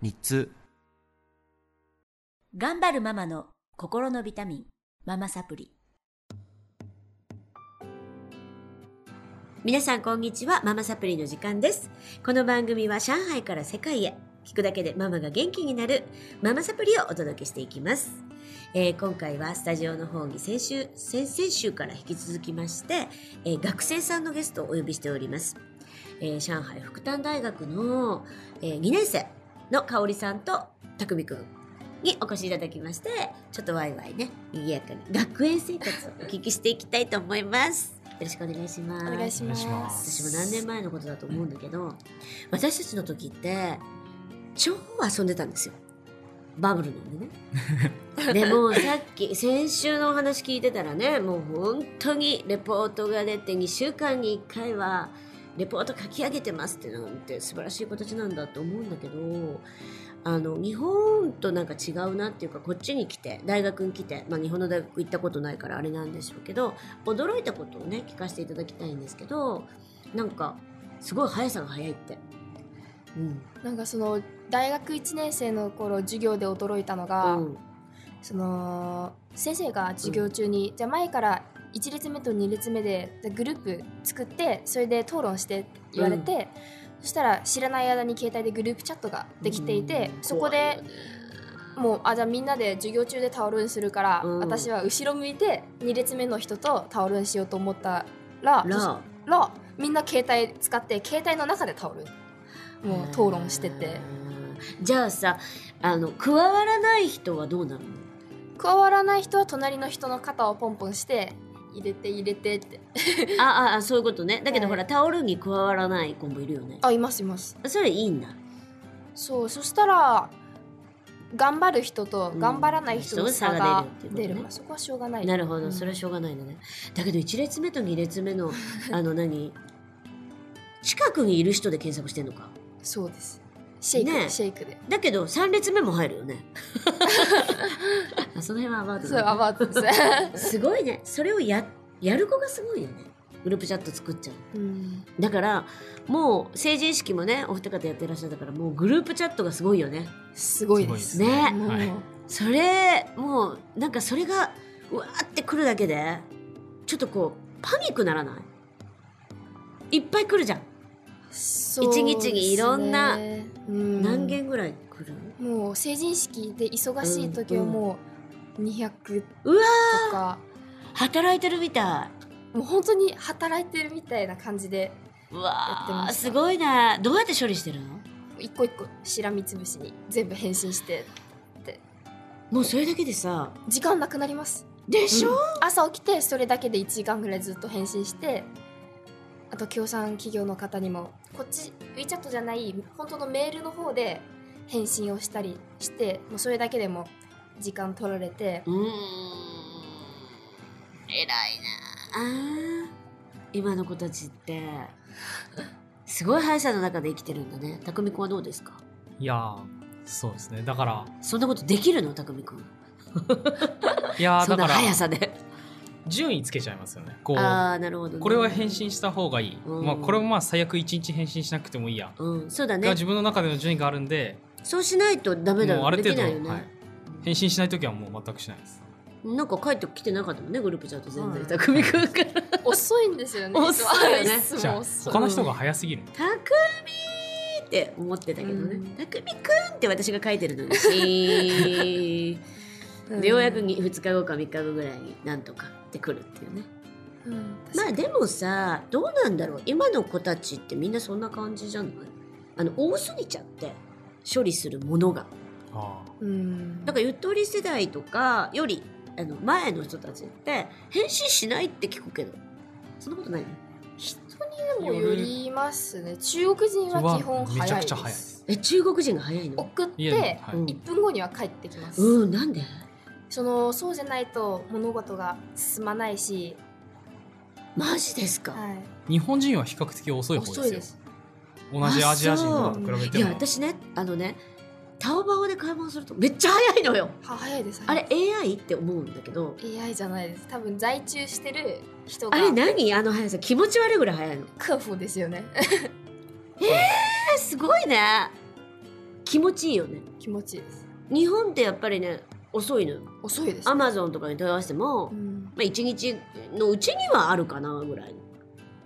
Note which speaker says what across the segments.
Speaker 1: 日通
Speaker 2: 頑張るママの心のビタミン、ママサプリ。皆さんこんにちは、ママサプリの時間です。この番組は上海から世界へ、聞くだけでママが元気になるママサプリをお届けしていきます。えー今回はスタジオの方に先週、先々週から引き続きまして、えー学生さんのゲストをお呼びしております。えー上海福旦大学の、え2年生の香織さんと匠くんにお越しいただきましてちょっとワイワイね賑やかに学園生活をお聞きしていきたいと思いますよろしくお願いします
Speaker 3: お願いしま。
Speaker 1: お願いします
Speaker 2: 私も何年前のことだと思うんだけど、私たちの時って超遊んでたんですよバブルなんでねでもうさっき先週のお話聞いてたらねもう本当にレポートが出て2週間に1回はレポート書き上げてますってなんて素晴らしい形なんだと思うんだけどあの日本となんか違うなっていうかこっちに来て大学に来て、まあ、日本の大学行ったことないからあれなんでしょうけど驚いたことをね聞かせていただきたいんですけどなんかすごい速さが速いって。うん
Speaker 3: なんかその大学1年生の頃授業で驚いたのが、
Speaker 2: うん
Speaker 3: その先生が授業中に、じゃあ前から1列目と2列目でじゃあグループ作ってそれで討論してって言われて、そしたら知らない間に携帯でグループチャットができていて、
Speaker 2: うん
Speaker 3: そこ
Speaker 2: 怖いよ
Speaker 3: で
Speaker 2: ね
Speaker 3: もうあじゃあみんなで授業中でタオルンするから、
Speaker 2: うん
Speaker 3: 私は後ろ向いて2列目の人とタオルンしようと思った
Speaker 2: ラ
Speaker 3: らそし
Speaker 2: ー
Speaker 3: たらみんな携帯使って携帯の中でタオルンもう討論してて。
Speaker 2: うんじゃあさあの加わらない人はどうなるの
Speaker 3: 加わらない人は隣の人の肩をポンポンして入れて入れてって
Speaker 2: あああそういうことねだけど、
Speaker 3: はい
Speaker 2: ほらタオルに加わらない子もいるよね
Speaker 3: あいますいます
Speaker 2: それいいんだ
Speaker 3: そうそしたら頑張る人と
Speaker 2: うん
Speaker 3: 頑張らない人の差が
Speaker 2: 人の差が出るってい
Speaker 3: 出
Speaker 2: うことね
Speaker 3: る、まあそこはしょうがない
Speaker 2: なるほど、
Speaker 3: うん
Speaker 2: それはしょうがないんだねだけど1列目と2列目 のあの何近くにいる人で検索してんのか
Speaker 3: そうですシェイクで、
Speaker 2: ね
Speaker 3: シェイクで
Speaker 2: だけど3列目も入るよ ねあその辺はアバウト
Speaker 3: そう
Speaker 2: だ
Speaker 3: ア
Speaker 2: ね
Speaker 3: バウトです、
Speaker 2: すごいねそれをややる子がすごいよねグループチャット作っちゃう
Speaker 3: うん、
Speaker 2: だからもう成人式もねお二方やってらっしゃったからもうグループチャットがすごいよね
Speaker 3: すごいです
Speaker 2: ね
Speaker 3: もう、
Speaker 4: はい
Speaker 2: それもうなんかそれがうわーって来るだけでちょっとこうパニックならないいっぱい来るじゃん、
Speaker 3: そうですね
Speaker 2: 一日にいろんな
Speaker 3: うん
Speaker 2: 何件ぐらい来る
Speaker 3: もう成人式で忙しい時はもう200
Speaker 2: うわ
Speaker 3: とか、
Speaker 2: 働いてるみた
Speaker 3: もう本当に働いてるみたいな感じで
Speaker 2: いう
Speaker 3: やって
Speaker 2: わ
Speaker 3: ま
Speaker 2: ー
Speaker 3: した
Speaker 2: すごいねどうやって処理してるの
Speaker 3: 一個一個しらみつぶしに全部返信して
Speaker 2: もうそれだけでさ
Speaker 3: 時間なくなります
Speaker 2: でしょ、
Speaker 3: 朝起きてそれだけで1時間ぐらいずっと返信してあと協賛企業の方にもこっち WeChat じゃない本当のメールの方で返信をしたりしてもうそれだけでも時間取られて
Speaker 2: うーん偉いなあ今の子たちってすごい速さの中で生きてるんだね匠君はどうですか
Speaker 4: いやーそうですねだから
Speaker 2: そんなことできるの匠君
Speaker 4: いや ー
Speaker 2: そ
Speaker 4: だ
Speaker 2: んな
Speaker 4: から
Speaker 2: 速さで
Speaker 4: 順位つけちゃいますよねこう
Speaker 2: ああなるほど、ね、
Speaker 4: これは返信した方がいい、
Speaker 2: うん
Speaker 4: まあ、これもまあ最悪1日返信しなくてもいいや、
Speaker 2: うんそうだ
Speaker 4: が
Speaker 2: ね
Speaker 4: 自分の中での順位があるんで
Speaker 2: そうしないとダメだ
Speaker 4: もうあ
Speaker 2: よ
Speaker 4: る
Speaker 2: でき
Speaker 4: 程度
Speaker 2: ないよね、
Speaker 4: はい返信しない時はもう全くしないです
Speaker 2: なんか帰ってきてなかったもんねグループチャット全然、
Speaker 4: はい
Speaker 2: 匠君から
Speaker 3: 遅いんですよね
Speaker 2: 遅いよね
Speaker 3: いつ
Speaker 4: じゃ
Speaker 3: も
Speaker 4: あ
Speaker 3: 遅い
Speaker 4: 他の人が早すぎる、
Speaker 2: 匠って思ってたけど
Speaker 3: うん
Speaker 2: ね匠くんって私が書いてるのにし
Speaker 3: うん
Speaker 2: でようやく 2, 日後か3日後ぐらいになんとかってくるっていうね
Speaker 3: うん
Speaker 2: まあでもさどうなんだろう今の子たちってみんなそんな感じじゃないあの多すぎちゃって処理するものが
Speaker 4: あ
Speaker 3: うん
Speaker 2: だからゆとり世代とかよりあの前の人たちって返信しないって聞くけどそんなことないね
Speaker 4: ー
Speaker 3: 人にでもよりますね中国人は基本
Speaker 4: めちゃ
Speaker 3: 早い
Speaker 4: く
Speaker 3: で
Speaker 4: ちゃ早いですす
Speaker 2: え中国人が早いの
Speaker 3: 送っ
Speaker 4: 家で
Speaker 3: て
Speaker 4: はい
Speaker 2: うん
Speaker 3: 1分後には帰ってきます、
Speaker 2: うんなんで
Speaker 3: そのそうじゃないと物事が進まないし、
Speaker 2: マジですか、
Speaker 3: はい、
Speaker 4: 日本人は比較的遅い方です
Speaker 3: 遅い
Speaker 4: よ
Speaker 3: です
Speaker 4: 同じアジア人とかと比べ
Speaker 2: い
Speaker 4: て
Speaker 2: や
Speaker 4: も
Speaker 2: 私ねあのねタオバオで買い物するとめっちゃ早いのよ
Speaker 3: は早いです
Speaker 2: あ
Speaker 3: 早い
Speaker 2: れ AI って思うんだけど
Speaker 3: AI じゃないです多分在中してる人
Speaker 2: あ
Speaker 3: が
Speaker 2: れ何あの速さ気持ち悪いぐらい速いの
Speaker 3: クーフォですよね
Speaker 2: えすごいね気持ちいいよね
Speaker 3: 気持ちいいです
Speaker 2: 日本ってやっぱりね遅いのよ
Speaker 3: 遅いです、
Speaker 2: アマゾンとかに問い合わせても、
Speaker 3: うん
Speaker 2: まあ、1日のうちにはあるかなぐらいの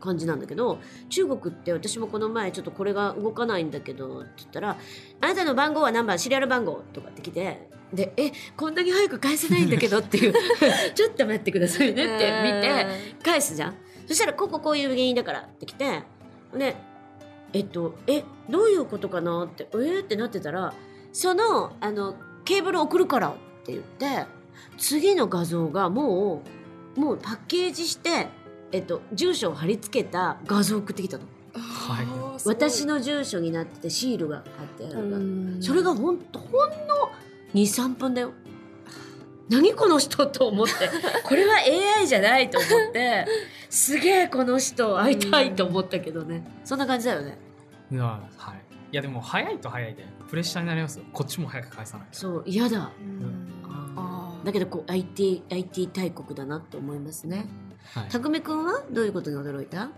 Speaker 2: 感じなんだけど中国って私もこの前ちょっとこれが動かないんだけどって言ったら「あなたの番号は何番シリアル番号」とかって来て。でえこんなに早く返せないんだけどっていう ちょっと待ってくださいねって見て返すじゃんそしたら「こここういう原因だから」って来てでえっと「えどういうことかな?」って「えーってなってたら「そのあのケーブル送るから」って言って次の画像がもうもうパッケージして、えっと、住所を貼り付けた画像を送ってきたの
Speaker 4: はい
Speaker 2: 私
Speaker 3: の
Speaker 2: の住所になっててシールが貼ってある画像それがほんとほんの23分だよ何この人と思って これは AI じゃないと思 ってすげえこの人会いたいと思ったけどねそんな感じだよね
Speaker 4: いやはいいやでも早いと早いでプレッシャーになりますよこっちも早く返さないと
Speaker 2: そう嫌だ
Speaker 3: あー
Speaker 2: だけどこう IT, IT 大国だなって思いますね
Speaker 4: はい
Speaker 2: 匠くんはどういうことに驚いた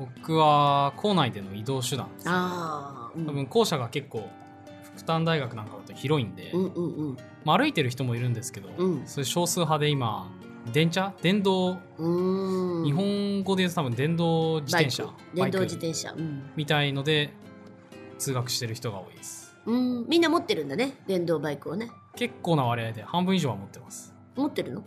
Speaker 4: 僕は校内での移動手段です
Speaker 2: ああ、うん、
Speaker 4: 多分校舎が結構福旦大学なんかだと広いんで、
Speaker 2: うんうんうん
Speaker 4: まあ、歩いてる人もいるんですけど、
Speaker 2: うん
Speaker 4: それ少数派で今電車電動、
Speaker 2: うーん
Speaker 4: 日本語で言うと多分電動自転車
Speaker 2: バイク電動
Speaker 4: バイク
Speaker 2: 自転車うん、
Speaker 4: みたいので通学してる人が多いです
Speaker 2: うん、みんな持ってるんだね電動バイクをね
Speaker 4: 結構な割合で半分以上は持ってます
Speaker 2: 持ってるの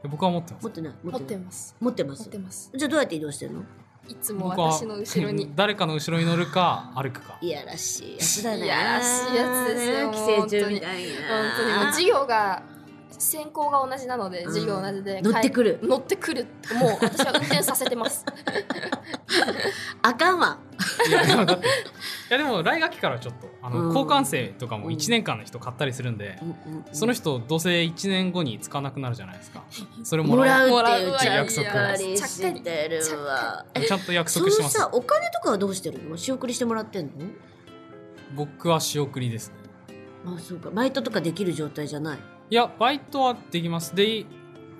Speaker 4: で僕は持ってます
Speaker 2: 持ってない
Speaker 3: 持
Speaker 2: な
Speaker 3: って
Speaker 2: い
Speaker 3: ます
Speaker 2: 持ってま
Speaker 3: 持っ
Speaker 2: す
Speaker 3: てます
Speaker 2: じゃあどうやって移動してるの
Speaker 3: いつも
Speaker 4: 僕は
Speaker 3: 私の後 ろに
Speaker 4: 誰かの後ろに乗るか歩くか
Speaker 2: いやらしいやつだね
Speaker 3: いやらしいやつですよ
Speaker 2: 寄生虫みたいな
Speaker 3: 本当にもう授業が専攻が同じなので授業同じで
Speaker 2: 乗ってくる
Speaker 3: 帰乗ってくるもう私は運転させてます
Speaker 2: あかんわ
Speaker 4: いやでもだっていやでも来学期からちょっとあの、
Speaker 2: うん
Speaker 4: 交換生とかも
Speaker 2: うん
Speaker 4: 1年間の人買ったりするんで、その
Speaker 2: 人
Speaker 4: 人どうせ1年後に使わなくなるじゃないですかそれも
Speaker 2: もら
Speaker 4: ら
Speaker 2: う
Speaker 4: う
Speaker 2: っていう
Speaker 4: 約束
Speaker 2: やりしてるわえ
Speaker 4: ちゃんと約
Speaker 2: そ
Speaker 4: 束
Speaker 2: の
Speaker 4: してます
Speaker 2: さお金とかはどうしてるの仕送りしてもらってんの
Speaker 4: 僕は仕送りですね
Speaker 2: あそうかバイトとかできる状態じゃない
Speaker 4: いやバイトはできますで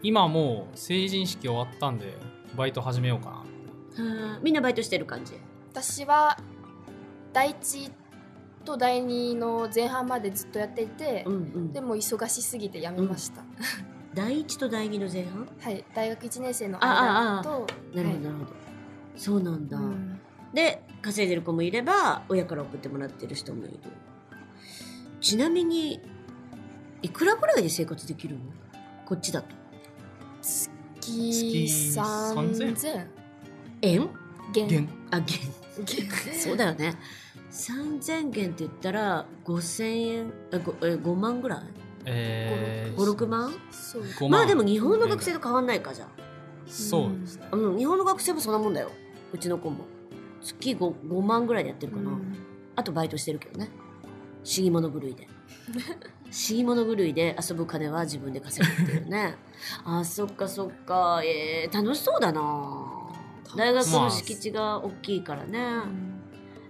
Speaker 4: 今もう成人式終わったんでバイト始めようか
Speaker 2: みんなバイトしてる感じ
Speaker 3: 私は第一と第二の前半までずっとやっていて、
Speaker 2: うんうん
Speaker 3: でも忙しすぎてやめました、
Speaker 2: 第一と第二の前半
Speaker 3: はい大学一年生の
Speaker 2: あああ
Speaker 3: 間と
Speaker 2: なるほど
Speaker 3: はい
Speaker 2: なるほどそうなんだ
Speaker 3: うん
Speaker 2: で稼いでる子もいれば親から送ってもらってる人もいるちなみにいくらぐらいで生活できるのこっちだと
Speaker 3: 月三千
Speaker 2: 円
Speaker 4: な
Speaker 3: 元
Speaker 4: 現
Speaker 2: あ元そうだよね3000元って言ったら5000円あ 5, え5万ぐらい
Speaker 4: えー、
Speaker 2: 56万
Speaker 3: そう
Speaker 4: 5万
Speaker 2: まあでも日本の学生と変わんないかじゃ
Speaker 4: そうですね
Speaker 2: あ、うん、日本の学生もそんなもんだようちの子も月 5, 5万ぐらいでやってるかな、
Speaker 3: うん
Speaker 2: あとバイトしてるけどね死に物狂 いで死に物狂いで遊ぶ金は自分で稼ぐっていう ねあそっかそっかえー、楽しそうだな大学の敷地が大きいからね、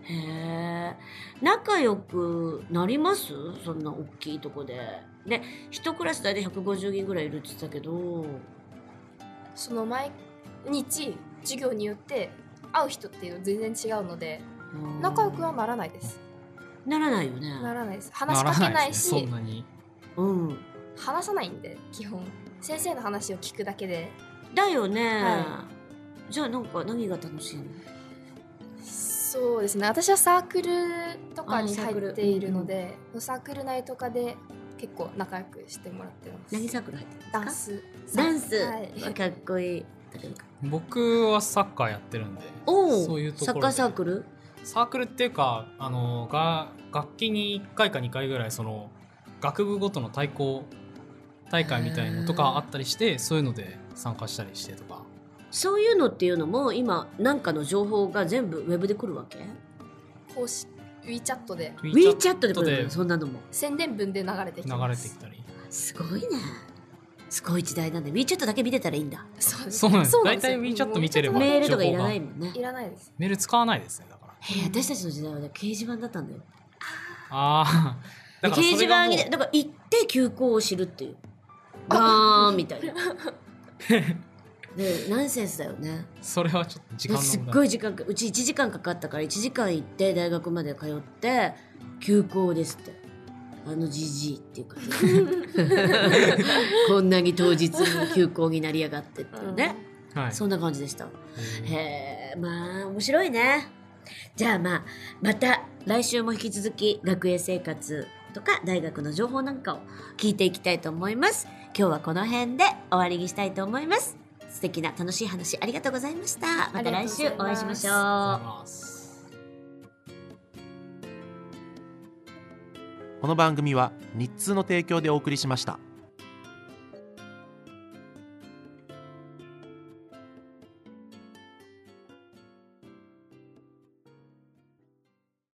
Speaker 2: へえ仲良くなりますそんな大きいとこでで一クラス大体150人ぐらいいるって言ってたけど
Speaker 3: その毎日授業によって会う人っていうの全然違うので
Speaker 2: うん
Speaker 3: 仲良くはならないです
Speaker 2: ならないよね
Speaker 3: ならないです話しかけないし
Speaker 4: ならですねそんなに
Speaker 2: うん
Speaker 3: 話さないんで基本先生の話を聞くだけで
Speaker 2: だよね、
Speaker 3: は
Speaker 2: じゃあなんか何が楽しいの
Speaker 3: そうですね私はサークルとか
Speaker 2: あ
Speaker 3: に
Speaker 2: サークル
Speaker 3: 入っているのでサークル内とかで結構仲良くしてもらってます
Speaker 2: 何桜入ってるんですか
Speaker 3: ダンス
Speaker 2: ダンス、
Speaker 3: はい
Speaker 2: かっこいい
Speaker 4: 僕はサッカーやってるんで
Speaker 2: お
Speaker 4: そ
Speaker 2: お
Speaker 4: ういうと
Speaker 2: サ
Speaker 4: ころで
Speaker 2: ッカーサークル
Speaker 4: サークルっていうかあのが楽器に1回か2回ぐらいその学部ごとの対抗大会みたいのとかあったりしてそういうので参加したりしてとか
Speaker 2: そういうのっていうのも今なんかの情報が全部ウェブで来るわけ
Speaker 3: 公式 WeChat で
Speaker 2: WeChat で来る
Speaker 4: で
Speaker 2: のそんなのも
Speaker 3: 宣伝文で流れてきて
Speaker 4: 流
Speaker 3: ま
Speaker 4: れて
Speaker 3: す
Speaker 4: きたり
Speaker 2: すごいねすごい時代なんで WeChat だけ見てたらいいんだ
Speaker 3: そうです
Speaker 4: そうなんです大
Speaker 3: よ
Speaker 4: 体 WeChat 見てれ
Speaker 3: も
Speaker 4: ば
Speaker 3: う
Speaker 2: メー
Speaker 3: WeChat
Speaker 2: ルとかいらないもんね
Speaker 3: いらないです
Speaker 4: メール使わないですねだから
Speaker 2: へえ私たちの時代はね掲示板だったんだよ
Speaker 4: ああ
Speaker 2: で
Speaker 4: だか
Speaker 2: 掲
Speaker 4: らそ
Speaker 2: 示
Speaker 4: れが
Speaker 2: 板
Speaker 4: もう
Speaker 2: にだから行って休校を知るっていうバーンみたい なでナンセンスだよね
Speaker 4: それはちょっと時間の
Speaker 2: すっ
Speaker 4: 無駄
Speaker 2: ごい時間かうち1時間かかったから1時間行って大学まで通って休校ですってあのじじいっていうか こんなに当日の休校になりやがってっていうね、
Speaker 4: はい
Speaker 2: そんな感じでした
Speaker 4: うん
Speaker 2: へえまあ面白いねじゃあまあまた来週も引き続き学園生活とか大学の情報なんかを聞いていきたいと思います今日はこの辺で終わりにしたいと思います素敵な楽しい話ありがとうございましたまた来週お会いしましょ
Speaker 3: ありがとうご
Speaker 1: こ
Speaker 2: う
Speaker 3: ざい
Speaker 4: ありがとうございます
Speaker 1: の番組は日通の提供でお送りしました